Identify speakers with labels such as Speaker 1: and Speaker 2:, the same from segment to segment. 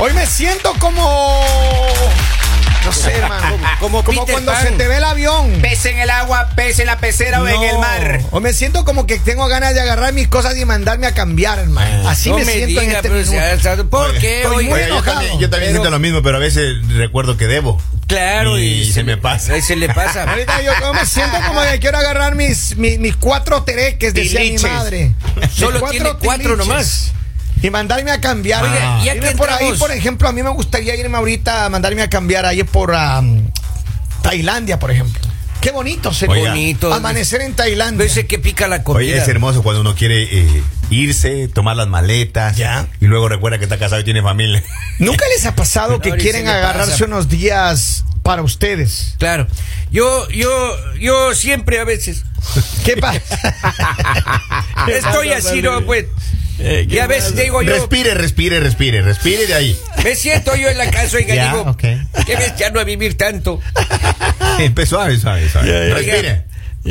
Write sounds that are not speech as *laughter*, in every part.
Speaker 1: Hoy me siento como. No
Speaker 2: *laughs*
Speaker 1: sé, man. *laughs* Como, como
Speaker 2: Peter
Speaker 1: cuando
Speaker 2: Pan.
Speaker 1: se te ve el avión.
Speaker 2: Pez en el agua, pez en la pecera o en
Speaker 1: No.
Speaker 2: el mar.
Speaker 1: Hoy me siento como que tengo ganas de agarrar mis cosas y mandarme a cambiar, hermano. Así
Speaker 2: Ah. No
Speaker 1: me, siento
Speaker 2: diga,
Speaker 1: en este
Speaker 2: pero se ha
Speaker 1: minuto.
Speaker 2: alzado. ¿Por
Speaker 3: Oiga,
Speaker 2: qué?
Speaker 1: estoy
Speaker 2: oiga?
Speaker 1: muy
Speaker 3: Oiga, yo
Speaker 1: enojado.
Speaker 3: también, yo también
Speaker 2: Pero-
Speaker 3: siento lo mismo, pero a veces recuerdo que debo.
Speaker 2: Claro,
Speaker 3: y,
Speaker 2: y,
Speaker 3: se, me pasa.
Speaker 2: ahí Se le pasa.
Speaker 1: *laughs* Ahorita yo, yo me siento como que quiero agarrar mis, mis, mis cuatro tereques, decía
Speaker 3: Tiliches.
Speaker 1: mi madre.
Speaker 2: Solo
Speaker 1: Mis
Speaker 2: tiene cuatro
Speaker 1: tiliches.
Speaker 2: nomás.
Speaker 1: Y mandarme a cambiar.
Speaker 2: Oiga,
Speaker 1: Ah.
Speaker 2: ya
Speaker 1: Irme
Speaker 2: que
Speaker 1: por ahí,
Speaker 2: entramos-
Speaker 1: por ejemplo, a mí me gustaría irme ahorita a mandarme a cambiar ahí por am, Tailandia, por ejemplo. Qué bonito sería.
Speaker 3: Oiga.
Speaker 2: Bonito.
Speaker 1: Amanecer en Tailandia.
Speaker 2: Dice que pica la comida.
Speaker 3: Oye, es hermoso cuando uno quiere eh, irse, tomar las maletas
Speaker 1: Ya.
Speaker 3: y luego recuerda que está casado y tiene familia.
Speaker 1: ¿Nunca les ha pasado que
Speaker 2: Ahora sí
Speaker 1: quieren
Speaker 2: le pasa.
Speaker 1: agarrarse unos días para ustedes?
Speaker 2: Claro. Yo, yo, yo siempre a veces *laughs*
Speaker 1: ¿Qué pasa?
Speaker 2: estoy
Speaker 3: pasa,
Speaker 2: así, ¿no?
Speaker 3: Luis?
Speaker 2: Pues.
Speaker 3: Eh, ¿qué
Speaker 2: Y a veces
Speaker 3: pasa?
Speaker 2: digo yo-
Speaker 3: Respire, respire, respire, respire de ahí.
Speaker 2: Me siento yo en la casa y
Speaker 3: Ya,
Speaker 2: digo,
Speaker 3: ok.
Speaker 2: qué bestia no a vivir tanto.
Speaker 3: Empezó suave, suave, suave.
Speaker 2: ya.
Speaker 3: Respire.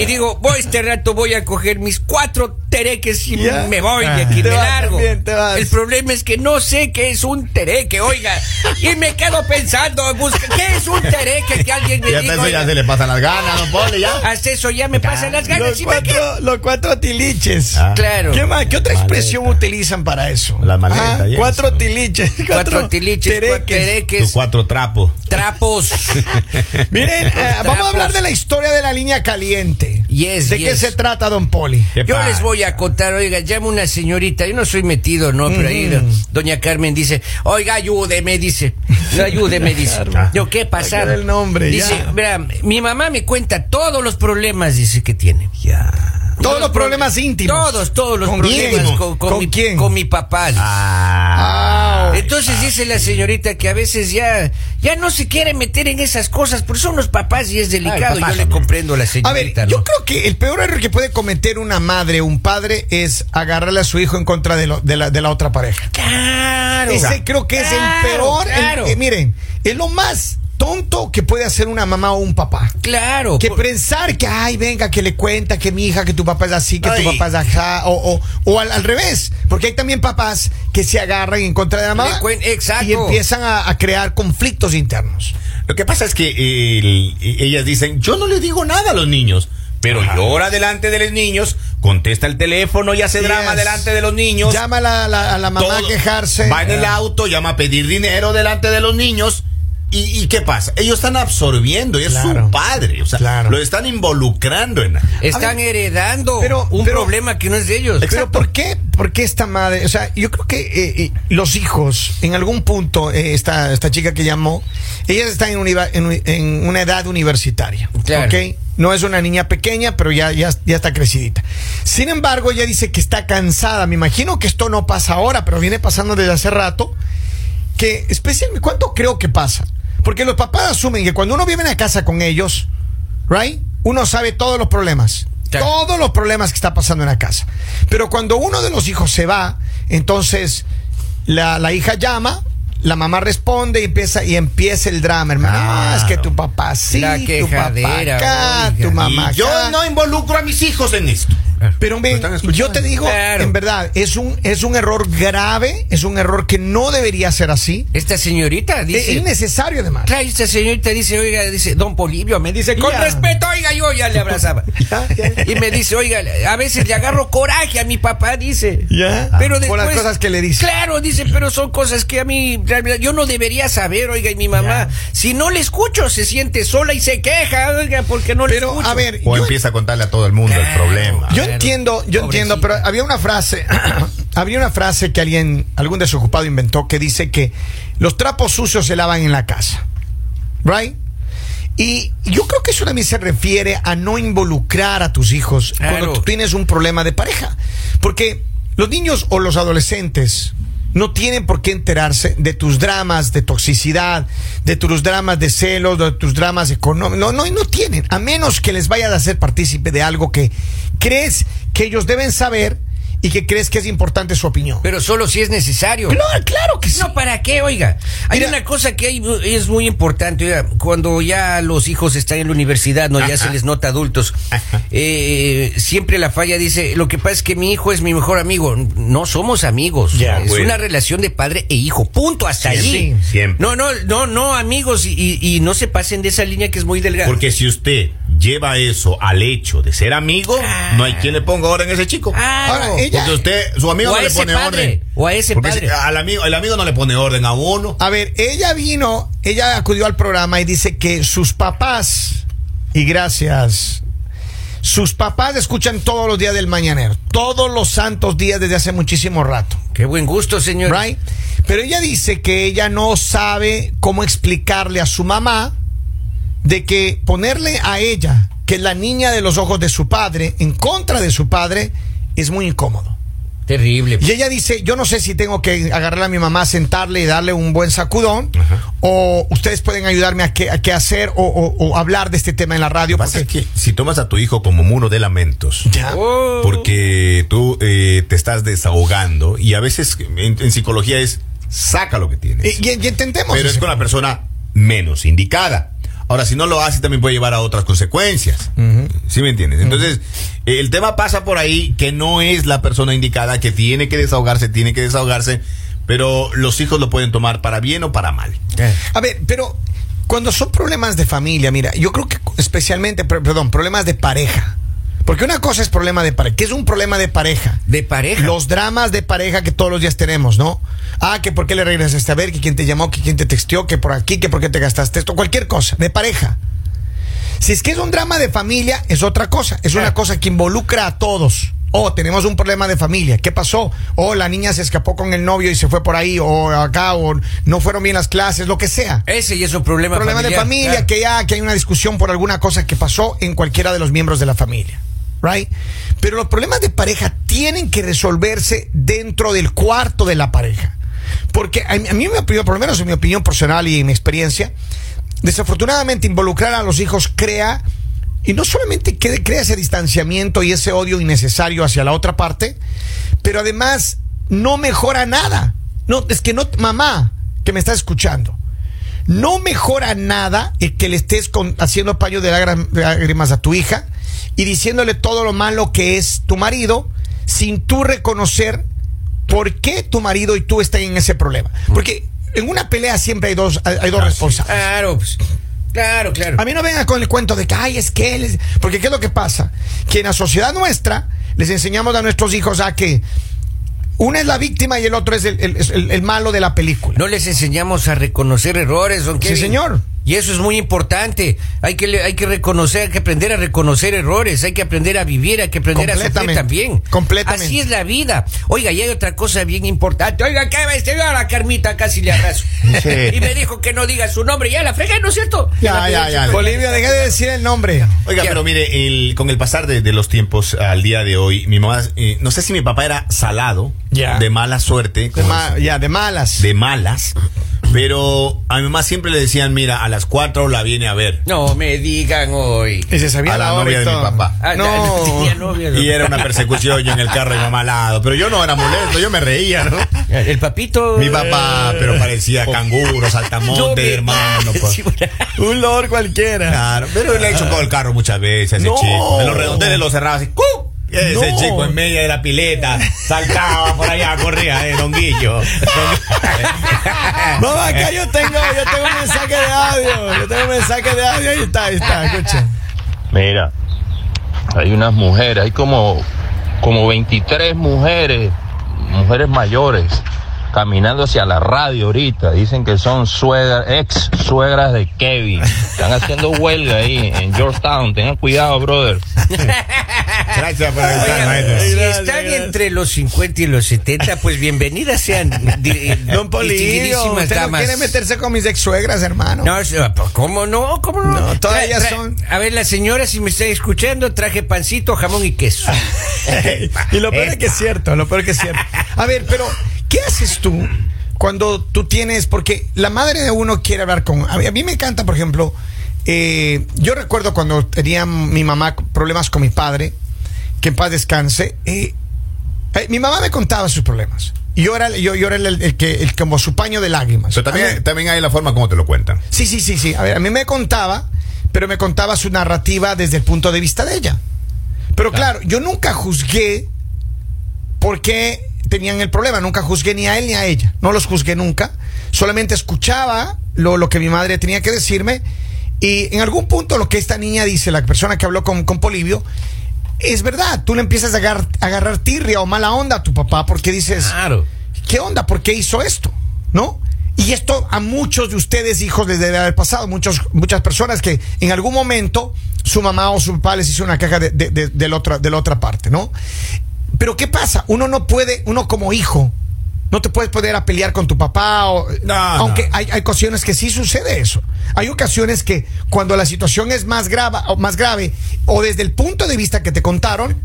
Speaker 2: Y digo, voy este rato, voy a coger mis cuatro tereques y
Speaker 1: Ya.
Speaker 2: me voy de
Speaker 3: Ah.
Speaker 2: aquí,
Speaker 1: Te
Speaker 2: me
Speaker 1: vas
Speaker 2: largo.
Speaker 1: también, te vas.
Speaker 2: El problema es que no sé qué es un tereque, oiga. Y me quedo pensando, busca, ¿qué es un tereque? Que alguien me diga.
Speaker 3: Ya, está, eso ya
Speaker 2: oiga,
Speaker 3: se le pasan las ganas, don Poli, ya.
Speaker 2: Hasta eso ya me pasan las ganas.
Speaker 1: los,
Speaker 2: y me quedo.
Speaker 1: cuatro, los cuatro tiliches.
Speaker 3: Ah.
Speaker 2: Claro.
Speaker 1: ¿Qué más? ¿Qué otra
Speaker 3: Maleta.
Speaker 1: expresión utilizan para eso? Ah,
Speaker 3: La maleta y eso.
Speaker 1: cuatro tiliches.
Speaker 2: Cuatro tiliches, cuatro
Speaker 3: Tus
Speaker 2: tereques,
Speaker 3: cuatro trapos.
Speaker 2: trapos.
Speaker 1: *laughs* Miren, eh, vamos a
Speaker 2: Trapos.
Speaker 1: hablar de la historia de la línea caliente.
Speaker 2: Yes,
Speaker 1: ¿De qué
Speaker 2: yes.
Speaker 1: se trata, don Poli?
Speaker 3: ¿Qué
Speaker 2: Yo
Speaker 3: pasa?
Speaker 2: les voy a contar, oiga, llama una señorita, yo no soy metido, ¿no? Pero ahí doña Carmen dice, oiga, ayúdeme, dice,
Speaker 1: *laughs*
Speaker 2: ayúdeme, dice. Yo, ¿qué
Speaker 1: Hay Ah.
Speaker 2: pasar?
Speaker 1: que ver el nombre,
Speaker 2: dice,
Speaker 1: ya.
Speaker 2: "Verá, mi mamá me cuenta todos los problemas, dice, que tiene.
Speaker 1: Todos los problemas íntimos.
Speaker 2: Todos, todos los
Speaker 1: ¿Con
Speaker 2: problemas
Speaker 1: quién?
Speaker 2: Con, con
Speaker 1: ¿Con
Speaker 2: mi,
Speaker 1: quién?
Speaker 2: con mi papá. dice.
Speaker 3: Ah.
Speaker 1: Ah,
Speaker 2: Entonces dice la señorita que a veces ya, ya no se quiere meter en esas cosas, porque son los papás y es delicado.
Speaker 3: papá
Speaker 2: yo le
Speaker 3: también.
Speaker 2: comprendo a
Speaker 1: A
Speaker 2: la
Speaker 1: ver,
Speaker 2: señorita.
Speaker 1: yo
Speaker 2: ¿no?
Speaker 1: creo que el peor error que puede cometer una madre o un padre es agarrarle a su hijo en contra de, lo- de la, de la otra pareja.
Speaker 2: Claro.
Speaker 1: Ese creo que es el
Speaker 2: Claro,
Speaker 1: peor. el-
Speaker 2: Claro.
Speaker 1: eh, miren, es lo más tonto que puede hacer una mamá o un papá.
Speaker 2: Claro.
Speaker 1: Que
Speaker 2: por-
Speaker 1: pensar que, ay, venga, que le cuenta que mi hija, que tu papá es así, que
Speaker 3: Ay.
Speaker 1: tu papá es ajá, o, o, o al, al revés. Porque hay también papás que se agarran en contra de la mamá
Speaker 2: Le cuen- exacto.
Speaker 1: y empiezan a, a crear conflictos internos.
Speaker 3: Lo que pasa es que eh, el- ellas dicen, yo no le digo nada a los niños, pero llora delante de los niños, contesta el teléfono y hace
Speaker 1: Yes.
Speaker 3: Este drama delante de los niños.
Speaker 1: Llama a la, la- a la mamá
Speaker 3: Todo-
Speaker 1: a quejarse. Eh,
Speaker 3: Va en el auto, llama a pedir dinero delante de los niños. ¿Y, y qué pasa? Ellos están absorbiendo, y es
Speaker 1: Claro.
Speaker 3: su padre, o sea,
Speaker 1: Claro.
Speaker 3: lo están involucrando en...
Speaker 2: Están heredando
Speaker 1: pero-
Speaker 2: un
Speaker 1: pero-
Speaker 2: problema que no es de ellos.
Speaker 1: Pero ¿por qué? ¿Por qué esta madre? O sea, yo creo que eh, eh, los hijos, en algún punto, eh, esta, esta chica que llamó, ella está en, univa- en u- en una edad universitaria.
Speaker 2: Claro.
Speaker 1: ¿ok? No es una niña pequeña, pero ya, ya, ya está crecidita. Sin embargo, ella dice que está cansada. Me imagino que esto no pasa ahora, pero viene pasando desde hace rato. Que especialmente, ¿cuánto creo que pasa? Porque los papás asumen que cuando uno vive en la casa con ellos, ¿right? Uno sabe todos los problemas.
Speaker 2: Claro.
Speaker 1: Todos los problemas que está pasando en la casa. Pero cuando uno de los hijos se va, entonces la, la hija llama, la mamá responde y empieza, y empieza el drama, hermano. Ah, es que
Speaker 3: Claro.
Speaker 1: tu papá sí,
Speaker 2: La
Speaker 1: tu papá
Speaker 2: quejadera,
Speaker 1: acá,
Speaker 2: oiga.
Speaker 1: tu mamá
Speaker 3: Y yo
Speaker 1: acá.
Speaker 3: no involucro a mis hijos en esto.
Speaker 1: Pero ven,
Speaker 3: están escuchando.
Speaker 1: yo te digo,
Speaker 2: Claro.
Speaker 1: en verdad, es un, es un error grave, es un error que no debería ser así.
Speaker 2: Esta señorita
Speaker 1: Es
Speaker 2: dice.
Speaker 1: innecesario además.
Speaker 2: Claro, esta señorita dice, oiga, dice, don Polibio, me dice, con
Speaker 1: Ya.
Speaker 2: respeto, oiga, yo ya le abrazaba.
Speaker 1: *laughs* Ya, ya.
Speaker 2: Y me dice, oiga, a veces le agarro coraje a mi papá, dice.
Speaker 1: Ya.
Speaker 2: Pero
Speaker 1: Por
Speaker 2: después,
Speaker 1: las cosas que le dice.
Speaker 2: Claro, dice, pero son cosas que a mí, la verdad, yo no debería saber, oiga, y mi mamá, si no le escucho, se siente sola y se queja, oiga, porque no le
Speaker 1: Pero,
Speaker 2: escucho.
Speaker 1: a ver,
Speaker 3: O
Speaker 1: yo-
Speaker 3: empieza a contarle a todo el mundo el
Speaker 2: Claro.
Speaker 3: problema.
Speaker 1: Yo
Speaker 2: Claro.
Speaker 1: entiendo, yo entiendo, pero
Speaker 2: Pobrecita.
Speaker 1: había una frase, *clears throat* había una frase que alguien, algún desocupado inventó que dice que los trapos sucios se lavan en la casa. ¿Right? Y yo creo que eso también se refiere a no involucrar a tus hijos
Speaker 2: Claro.
Speaker 1: cuando tú tienes un problema de pareja. Porque los niños o los adolescentes no tienen por qué enterarse de tus dramas de toxicidad, de tus dramas de celos, de tus dramas económicos. No, no, no tienen. A menos que les vayas a hacer partícipe de algo que crees que ellos deben saber y que crees que es importante su opinión.
Speaker 2: Pero solo si es necesario.
Speaker 1: Claro, claro que sí.
Speaker 2: No, ¿para qué? Oiga, hay
Speaker 1: Mira-
Speaker 2: una cosa que hay- es muy importante. oiga, cuando ya los hijos están en la universidad, no ya se les nota adultos, eh, siempre la falla dice, lo que pasa es que mi hijo es mi mejor amigo. No somos amigos.
Speaker 1: Ya,
Speaker 2: es
Speaker 3: bueno.
Speaker 2: una relación de padre e hijo. Punto, hasta allí.
Speaker 3: Siempre, siempre.
Speaker 2: No, no, no, no, amigos, y, y- y no se pasen de esa línea que es muy delgada.
Speaker 3: Porque si usted lleva eso al hecho de ser amigo,
Speaker 2: Ah.
Speaker 3: no hay quien le ponga orden a ese chico.
Speaker 2: Claro.
Speaker 1: Ahora, ella-
Speaker 3: Porque usted, su amigo
Speaker 2: O a
Speaker 3: no le
Speaker 2: ese
Speaker 3: pone
Speaker 2: padre,
Speaker 3: orden.
Speaker 2: o a ese
Speaker 3: Porque
Speaker 2: padre.
Speaker 3: si- al amigo, el amigo no le pone orden a uno.
Speaker 1: A ver, ella vino, ella acudió al programa y dice que sus papás, y gracias, sus papás escuchan todos los días del mañanero, todos los santos días desde hace muchísimo rato,
Speaker 2: Qué buen gusto, señor.
Speaker 1: ¿right? Pero ella dice que ella no sabe cómo explicarle a su mamá de que ponerle a ella, que es la niña de los ojos de su padre, en contra de su padre, es muy incómodo.
Speaker 2: Terrible.
Speaker 1: Y ella dice, yo no sé si tengo que agarrar a mi mamá, sentarle y darle un buen sacudón,
Speaker 3: Ajá.
Speaker 1: o ustedes pueden ayudarme a qué, a qué hacer o, o- o hablar de este tema en la radio.
Speaker 3: Lo que pasa es
Speaker 1: porque-
Speaker 3: que si tomas a tu hijo como muro de lamentos,
Speaker 1: Ya.
Speaker 2: Oh.
Speaker 3: porque tú eh, te estás desahogando y a veces en, en psicología es saca lo que tienes.
Speaker 1: Y, y- y entendemos.
Speaker 3: pero es
Speaker 1: ese-
Speaker 3: con la persona menos indicada. Ahora, si no lo hace, también puede llevar a otras consecuencias. ¿Sí me entiendes? Entonces, eh, el tema pasa por ahí que no es la persona indicada, que tiene que desahogarse, tiene que desahogarse, pero los hijos lo pueden tomar para bien o para mal.
Speaker 2: Eh.
Speaker 1: A ver, pero cuando son problemas de familia, mira, yo creo que especialmente, per- perdón, problemas de pareja. Porque una cosa es problema de pareja. ¿Qué es un problema de pareja?
Speaker 2: De pareja.
Speaker 1: Los dramas de pareja que todos los días tenemos, ¿no? Ah, que por qué le regresaste a ver, que quién te llamó, que quién te texteó, que por aquí, que por qué te gastaste esto, cualquier cosa, de pareja. Si es que es un drama de familia, es otra cosa. Es una cosa que involucra a todos. Oh, tenemos un problema de familia. ¿Qué pasó? Oh, la niña se escapó con el novio y se fue por ahí, o acá, o no fueron bien las clases, lo que sea.
Speaker 2: Ese y es un problema,
Speaker 1: problema de familia,
Speaker 2: claro.
Speaker 1: que ya que hay una discusión por alguna cosa que pasó en cualquiera de los miembros de la familia. Right? Pero los problemas de pareja tienen que resolverse dentro del cuarto de la pareja. Porque a mí, a mí me opinión, por lo menos en mi opinión personal y en mi experiencia, desafortunadamente involucrar a los hijos crea, y no solamente que- crea ese distanciamiento y ese odio innecesario hacia la otra parte, pero además no mejora nada. No, es que no, mamá, que me está escuchando, no mejora nada el que le estés con- haciendo paño de lágra- de lágrimas a tu hija y diciéndole todo lo malo que es tu marido sin tú reconocer por qué tu marido y tú están en ese problema. Porque en una pelea siempre hay dos, hay, hay dos
Speaker 3: Ah, sí.
Speaker 1: responsables.
Speaker 2: Claro, pues, claro, claro.
Speaker 1: A mí no venga con el cuento de que, ay, es que él es-". Porque ¿qué es lo que pasa? Que en la sociedad nuestra les enseñamos a nuestros hijos a que una es la víctima y el otro es el, el- el- el malo de la película.
Speaker 2: No les enseñamos a reconocer errores, don
Speaker 1: Sí,
Speaker 2: Kevin.
Speaker 1: señor.
Speaker 2: Y eso es muy importante. Hay que, le- hay que reconocer, hay que aprender a reconocer errores, hay que aprender a vivir, hay que aprender a sufrir
Speaker 1: Completamente.
Speaker 2: también.
Speaker 1: Completamente.
Speaker 2: Así es la vida. Oiga, y hay otra cosa bien importante. Oiga, que me este, a la Carmita casi le abrazo.
Speaker 3: Sí.
Speaker 2: y me dijo que no diga su nombre. Ya la fregué, ¿no es cierto?
Speaker 3: Ya,
Speaker 2: la
Speaker 3: ya,
Speaker 2: fregué.
Speaker 3: ya.
Speaker 1: Bolivia, deja de decir el nombre.
Speaker 3: Oiga,
Speaker 2: Ya.
Speaker 3: pero mire, el- con el pasar de, de los tiempos al día de hoy, mi mamá, eh, no sé si mi papá era salado,
Speaker 1: Ya.
Speaker 3: de mala suerte,
Speaker 1: De
Speaker 3: como
Speaker 1: ma- ya, de malas.
Speaker 3: de malas, pero a mi mamá siempre le decían, mira, a las cuatro la viene a ver.
Speaker 2: No me digan hoy.
Speaker 1: Y se sabía
Speaker 3: A la
Speaker 1: la hora y
Speaker 3: novia de mi
Speaker 1: todo.
Speaker 3: papá.
Speaker 2: Ah,
Speaker 1: no.
Speaker 2: no, tenía novia, don-
Speaker 3: Y era una persecución yo en el carro y mi mamá al lado. Pero yo no era molesto, yo me reía, ¿no?
Speaker 2: El papito.
Speaker 3: Mi papá, pero parecía canguro,
Speaker 2: No me-
Speaker 3: saltamonte, hermano. pues.
Speaker 2: Sí, una-
Speaker 1: Un lord cualquiera.
Speaker 3: Claro, pero le he hecho con el carro muchas veces a ese
Speaker 1: No.
Speaker 3: chico. En los redondeles lo cerraba así. ¡cu! Ese
Speaker 1: No.
Speaker 3: chico en medio de la pileta saltaba por allá, corría, eh, don Guillo. Ah.
Speaker 1: No, acá yo tengo, yo tengo un mensaje de audio. Yo tengo un mensaje de audio. Ahí está, ahí está, escucha.
Speaker 4: Mira, hay unas mujeres, hay como, como 23 mujeres, mujeres mayores, caminando hacia la radio ahorita. Dicen que son suegras, ex suegras de Kevin. Están haciendo huelga ahí en Georgetown. Tengan cuidado, brother.
Speaker 3: Gracias por avisar,
Speaker 2: Oigan, si
Speaker 3: maestro.
Speaker 1: Gracias,
Speaker 2: están
Speaker 1: gracias.
Speaker 2: entre los 50 y los 70, pues bienvenidas sean. di- eh,
Speaker 1: *laughs* Don Polillo,
Speaker 2: distinguidísimas
Speaker 1: usted no
Speaker 2: damas.
Speaker 1: quiere meterse con mis ex suegras, hermano.
Speaker 2: No, se- pues, ¿cómo no? ¿Cómo no?
Speaker 1: No, todas
Speaker 2: Tra-
Speaker 1: ellas
Speaker 2: tra-
Speaker 1: son-
Speaker 2: A ver, la señora, si me está escuchando, traje pancito, jamón y queso.
Speaker 1: *laughs* y lo peor es que es cierto, lo peor es que es cierto. A ver, pero, ¿qué haces tú cuando tú tienes, porque la madre de uno quiere hablar con... A mí, a mí me encanta, por ejemplo, eh, yo recuerdo cuando tenía mi mamá problemas con mi padre, que en paz descanse, eh, Eh, mi mamá me contaba sus problemas. Y yo era, yo, yo era el, el- el que, el, como su paño de lágrimas.
Speaker 3: *laughs* Pero
Speaker 1: A mí-
Speaker 3: también, también hay la forma como te lo cuentan.
Speaker 1: Sí, sí, sí, sí. A ver, a mí me contaba, pero me contaba su narrativa desde el punto de vista de ella. Pero claro, yo nunca juzgué por qué tenían el problema. Nunca juzgué ni a él ni a ella. No los juzgué nunca. Solamente escuchaba lo, lo que mi madre tenía que decirme. Y en algún punto lo que esta niña dice, la persona que habló con, con Polivio, es verdad. Tú le empiezas a agar- a agarrar tirria o mala onda a tu papá porque dices...
Speaker 2: Claro.
Speaker 1: ¿qué onda? ¿Por qué hizo esto? ¿No? Y esto a muchos de ustedes, hijos, les debe haber pasado. Muchos, muchas personas que en algún momento su mamá o su papá les hizo una caja de, de- de- de la otra, de la otra parte, ¿no? Pero ¿qué pasa? Uno no puede, uno como hijo, no te puedes poner a pelear con tu papá. O,
Speaker 3: No,
Speaker 1: aunque
Speaker 3: no.
Speaker 1: Hay, hay ocasiones que sí sucede eso. Hay ocasiones que cuando la situación es más, grave o más grave o desde el punto de vista que te contaron,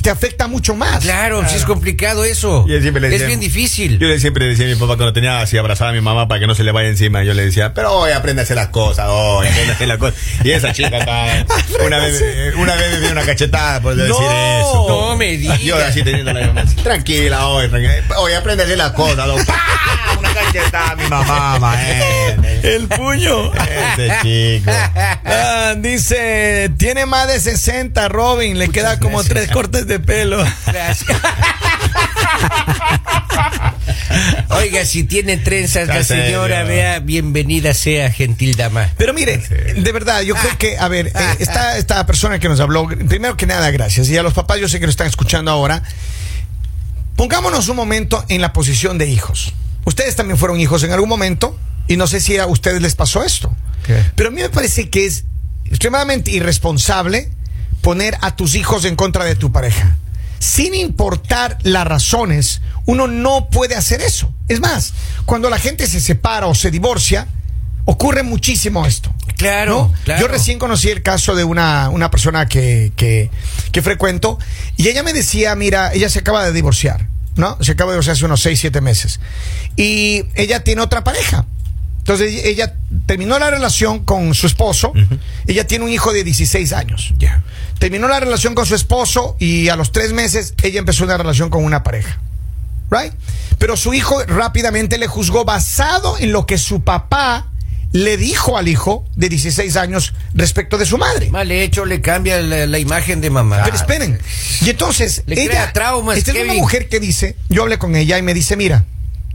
Speaker 1: te afecta mucho más.
Speaker 2: Claro, sí es complicado eso.
Speaker 3: Y él siempre le
Speaker 2: es
Speaker 3: decía-
Speaker 2: bien difícil.
Speaker 3: Yo le siempre decía a mi papá cuando tenía así abrazada a mi mamá para que no se le vaya encima. Yo le decía, pero hoy aprende a hacer las cosas, hoy aprende a hacer las cosas.
Speaker 1: *laughs*
Speaker 3: Y esa chica acá, una vez, eh, una vez me dio una cachetada por decir eso.
Speaker 2: no me digas.
Speaker 3: Yo así teniendo la mamá, así, tranquila hoy, tranquila. hoy aprende a hacer las cosas. lo- ¡Pah! Una cachetada a mi mamá, maestro.
Speaker 1: El puño.
Speaker 3: Ese chico.
Speaker 1: Ah, dice, tiene más de 60, Robin, le queda como tres cortes de pelo. *laughs*
Speaker 2: Gracias. *laughs* Oiga, si tiene trenzas la
Speaker 3: Está serio.
Speaker 2: señora, vea, bienvenida sea, gentil dama.
Speaker 1: Pero mire, de verdad, yo creo que, a ver, eh, esta, esta persona que nos habló, primero que nada, gracias. Y a los papás, yo sé que lo están escuchando ahora. Pongámonos un momento en la posición de hijos. Ustedes también fueron hijos en algún momento, y no sé si a ustedes les pasó esto.
Speaker 2: ¿Qué?
Speaker 1: Pero a mí me parece que es extremadamente irresponsable poner a tus hijos en contra de tu pareja. Sin importar las razones, uno no puede hacer eso. Es más, cuando la gente se separa o se divorcia, ocurre muchísimo esto.
Speaker 2: Claro, claro.
Speaker 1: Yo recién conocí el caso de una, una persona que, que, que frecuento y ella me decía, mira, ella se acaba de divorciar, ¿no? Se acaba de divorciar hace unos 6, 7 meses. Y ella tiene otra pareja. Entonces ella terminó la relación con su esposo, ella tiene un hijo de 16 años. Terminó la relación con su esposo y a los tres meses ella empezó una relación con una pareja. Right? Pero su hijo rápidamente le juzgó basado en lo que su papá le dijo al hijo de 16 años respecto de su madre.
Speaker 2: Mal hecho, le cambia la, la imagen de mamá.
Speaker 1: Pero esperen. Y entonces,
Speaker 2: Le crea
Speaker 1: ella,
Speaker 2: traumas,
Speaker 1: esta es una
Speaker 2: Kevin.
Speaker 1: mujer que dice, yo hablé con ella y me dice, mira,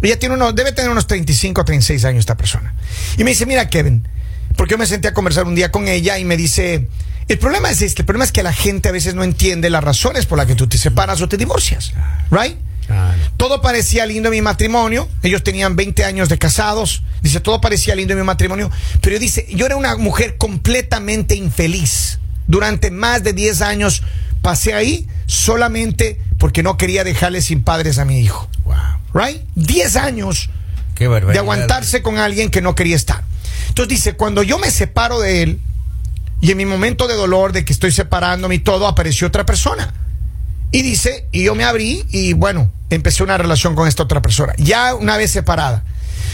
Speaker 1: ella tiene unos, debe tener unos 35, 36 años esta persona. Y me dice, mira, Kevin, porque yo me senté a conversar un día con ella y me dice, el problema es este, el problema es que la gente a veces no entiende las razones por las que tú te separas o te divorcias, right?
Speaker 3: Claro.
Speaker 1: Todo parecía lindo en mi matrimonio. Ellos tenían 20 años de casados. Dice, todo parecía lindo en mi matrimonio. Pero dice, yo era una mujer completamente infeliz. Durante más de 10 años pasé ahí solamente porque no quería dejarle sin padres a mi hijo.
Speaker 3: Wow.
Speaker 1: ¿Right? 10 años
Speaker 2: Qué barbaridad.
Speaker 1: de aguantarse con alguien que no quería estar. Entonces dice, cuando yo me separo de él y en mi momento de dolor de que estoy separándome y todo, apareció otra persona. Y dice, y yo me abrí y bueno, empecé una relación con esta otra persona, ya una vez separada.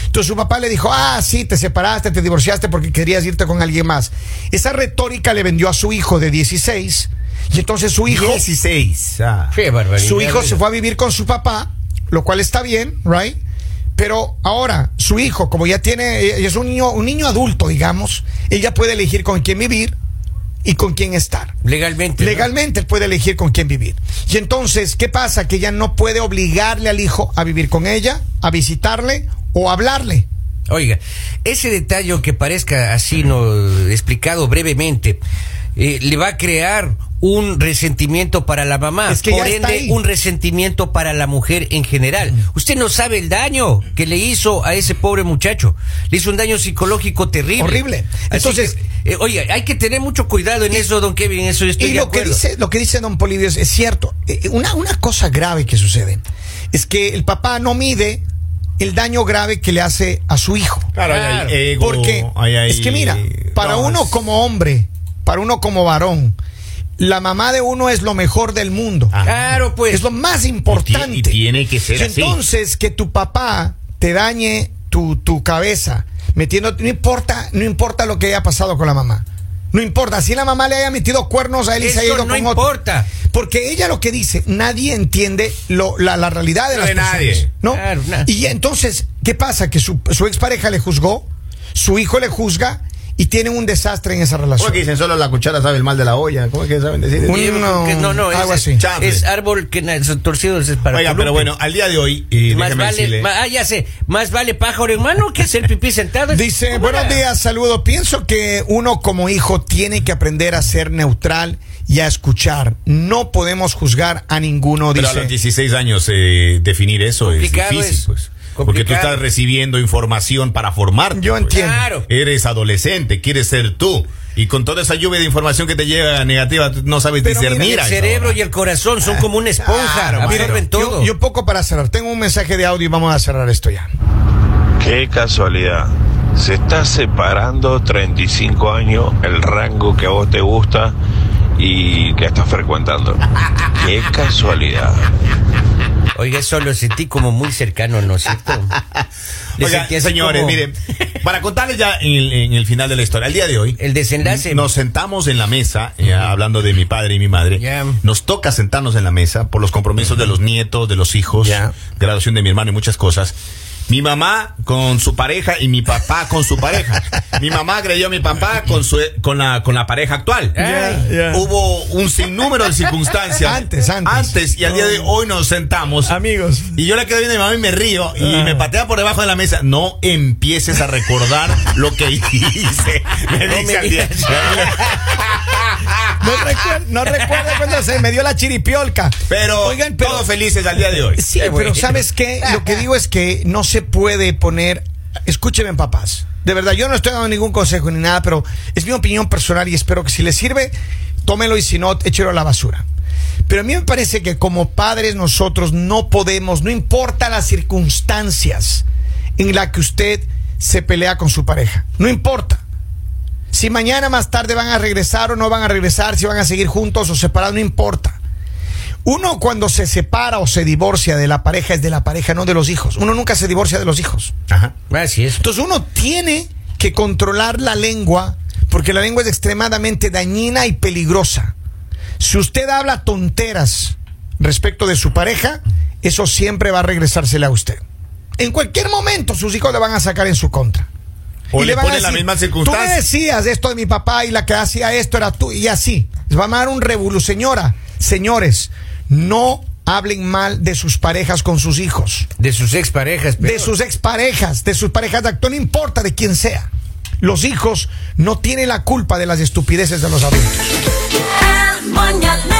Speaker 1: Entonces su papá le dijo, ah, sí, te separaste, te divorciaste porque querías irte con alguien más. Esa retórica le vendió a su hijo de 16 y entonces su hijo...
Speaker 3: 16. Ah.
Speaker 2: Qué barbaridad.
Speaker 1: Su hijo se
Speaker 2: oiga.
Speaker 1: fue a vivir con su papá, lo cual está bien, right? Pero ahora, su hijo, como ya tiene, eh, es un niño, un niño adulto, digamos, ella puede elegir con quién vivir y con quién estar.
Speaker 2: Legalmente. ¿no?
Speaker 1: Legalmente él puede elegir con quién vivir. Y entonces, ¿qué pasa? Que ella no puede obligarle al hijo a vivir con ella, a visitarle o hablarle.
Speaker 2: Oiga, ese detalle aunque parezca así no explicado brevemente, eh, le va a crear un resentimiento para la mamá,
Speaker 1: Es que ya
Speaker 2: por
Speaker 1: está
Speaker 2: ende
Speaker 1: ahí. Mm.
Speaker 2: un resentimiento para la mujer en general. Usted no sabe el daño que le hizo a ese pobre muchacho. Le hizo un daño psicológico terrible.
Speaker 1: Horrible. Entonces-
Speaker 2: Entonces, oiga, hay que tener mucho cuidado en eso, don Kevin, eso yo estoy
Speaker 1: y
Speaker 2: de
Speaker 1: lo que
Speaker 2: acuerdo.
Speaker 1: dice lo que dice don Polivio es, es cierto Eh, eh, una, una cosa grave que sucede es que el papá no mide el daño grave que le hace a su hijo
Speaker 3: Claro,
Speaker 2: Claro.
Speaker 3: hay, hay ego,
Speaker 1: porque
Speaker 3: hay- hay-
Speaker 1: es que mira para
Speaker 3: No,
Speaker 1: uno
Speaker 3: es-
Speaker 1: como hombre para uno como varón la mamá de uno es lo mejor del mundo
Speaker 3: Ah,
Speaker 2: Claro, pues.
Speaker 1: es lo más
Speaker 3: Y
Speaker 1: importante.
Speaker 3: ti- y tiene que ser
Speaker 1: Y
Speaker 3: así.
Speaker 1: Entonces, que tu papá te dañe tu, tu cabeza, metiendo, no importa, no importa lo que haya pasado con la mamá. No importa, si la mamá le haya metido cuernos a él y se haya
Speaker 2: Eso
Speaker 1: ido
Speaker 2: no
Speaker 1: con otro.
Speaker 2: importa.
Speaker 1: Porque ella lo que dice, nadie entiende lo- la, la realidad de
Speaker 3: No
Speaker 1: las
Speaker 3: de
Speaker 1: personas,
Speaker 3: nadie.
Speaker 1: ¿no?
Speaker 2: Claro, na-
Speaker 1: Y entonces, ¿qué pasa? Que su, su expareja le juzgó, su hijo le juzga y tienen un desastre en esa
Speaker 3: ¿Cómo
Speaker 1: relación.
Speaker 3: es que dicen solo la cuchara sabe el mal de la olla? ¿Cómo es que saben decir?
Speaker 1: Un-
Speaker 2: Yo creo que no, no, es,
Speaker 1: algo así.
Speaker 3: Chambre.
Speaker 2: es árbol que na- es torcido es para
Speaker 3: Oiga,
Speaker 2: columpio.
Speaker 3: pero bueno, al día de hoy, y
Speaker 2: más
Speaker 3: déjeme
Speaker 2: vale,
Speaker 3: decirle.
Speaker 2: ma- ah, ya sé, más vale pájaro en mano que hacer pipí sentado.
Speaker 1: Dice,
Speaker 2: ¿Cómo
Speaker 1: buenos
Speaker 2: era?
Speaker 1: días, saludo. Pienso que uno como hijo tiene que aprender a ser neutral y a escuchar. No podemos juzgar a ninguno,
Speaker 3: Pero a
Speaker 1: dice.
Speaker 3: los 16 años eh, definir eso es
Speaker 2: Complicado
Speaker 3: difícil,
Speaker 2: es.
Speaker 3: pues. Porque tú
Speaker 2: Complicado.
Speaker 3: estás recibiendo información para formarte.
Speaker 1: Yo
Speaker 3: pues.
Speaker 1: entiendo.
Speaker 2: Claro.
Speaker 3: Eres adolescente, quieres ser tú. Y con toda esa lluvia de información que te llega negativa, tú no sabes
Speaker 1: Pero mira,
Speaker 3: discernir.
Speaker 2: El
Speaker 3: a esa
Speaker 2: cerebro
Speaker 3: hora.
Speaker 2: y el corazón son como una esponja,
Speaker 1: Claro, mira,
Speaker 2: absorben
Speaker 1: Ah, yo-
Speaker 2: todo.
Speaker 1: Yo, poco para cerrar. Tengo un mensaje de audio y vamos a cerrar esto ya.
Speaker 5: Qué casualidad. Se está separando 35 años el rango que a vos te gusta y que estás frecuentando. Qué casualidad.
Speaker 2: Oiga, eso lo sentí como muy cercano, ¿no
Speaker 1: *laughs*
Speaker 2: es cierto? Le
Speaker 3: Oiga,
Speaker 2: sentí así
Speaker 3: señores,
Speaker 2: como
Speaker 3: miren, para contarles ya en, el- en el final de la historia, al día de hoy,
Speaker 2: El desenlace.
Speaker 3: nos sentamos en la mesa, ya hablando de mi padre y mi madre,
Speaker 2: Ya.
Speaker 3: nos toca sentarnos en la mesa por los compromisos de los nietos, de los hijos,
Speaker 2: Ya.
Speaker 3: graduación de mi hermano y muchas cosas. Mi mamá con su pareja y mi papá con su pareja. Mi mamá creyó a mi papá con su con la con la pareja actual.
Speaker 2: Ya,
Speaker 1: ya.
Speaker 3: Hubo un sinnúmero de circunstancias
Speaker 1: Antes, antes.
Speaker 3: y al día de hoy nos sentamos.
Speaker 1: Amigos.
Speaker 3: Y yo le quedo viendo a mi mamá y me río y
Speaker 1: Ah.
Speaker 3: me patea por debajo de la mesa. No empieces
Speaker 1: *laughs*
Speaker 3: a recordar lo que hice. Me
Speaker 2: No
Speaker 3: dice
Speaker 2: me
Speaker 3: al día.
Speaker 2: digas.
Speaker 1: No, recuer- no recuerdo cuando se me dio la chiripiolca.
Speaker 3: Pero,
Speaker 1: Oigan, pero-
Speaker 3: todos felices al día de hoy.
Speaker 1: Sí,
Speaker 2: Qué
Speaker 1: pero
Speaker 2: bueno.
Speaker 1: ¿sabes qué? Lo que digo es que no se puede poner. Escúcheme, papás. De verdad, yo no estoy dando ningún consejo ni nada, pero es mi opinión personal y espero que si les sirve, tómelo y si no, échelo a la basura. Pero a mí me parece que como padres nosotros no podemos, no importa las circunstancias en la que usted se pelea con su pareja, no importa. Si mañana más tarde van a regresar o no van a regresar, si van a seguir juntos o separados, no importa. Uno cuando se separa o se divorcia de la pareja es de la pareja, no de los hijos. Uno nunca se divorcia de los hijos.
Speaker 3: Ajá.
Speaker 2: Así es.
Speaker 1: Entonces uno tiene que controlar la lengua porque la lengua es extremadamente dañina y peligrosa. Si usted habla tonteras respecto de su pareja, eso siempre va a regresársele a usted. En cualquier momento sus hijos le van a sacar en su contra.
Speaker 3: O le
Speaker 1: van a
Speaker 3: ponen la
Speaker 1: decir,
Speaker 3: misma
Speaker 1: Tú me
Speaker 3: circunstancia.
Speaker 1: decías esto de mi papá y la que hacía esto era tú y así. Les va a dar un revolú. Señora, señores, no hablen mal de sus parejas con sus hijos
Speaker 2: De sus exparejas.
Speaker 1: de
Speaker 2: pero-
Speaker 1: sus exparejas, de sus parejas de acto, no importa de quién sea. Los hijos no tienen la culpa de las estupideces de los adultos.
Speaker 6: El mañanero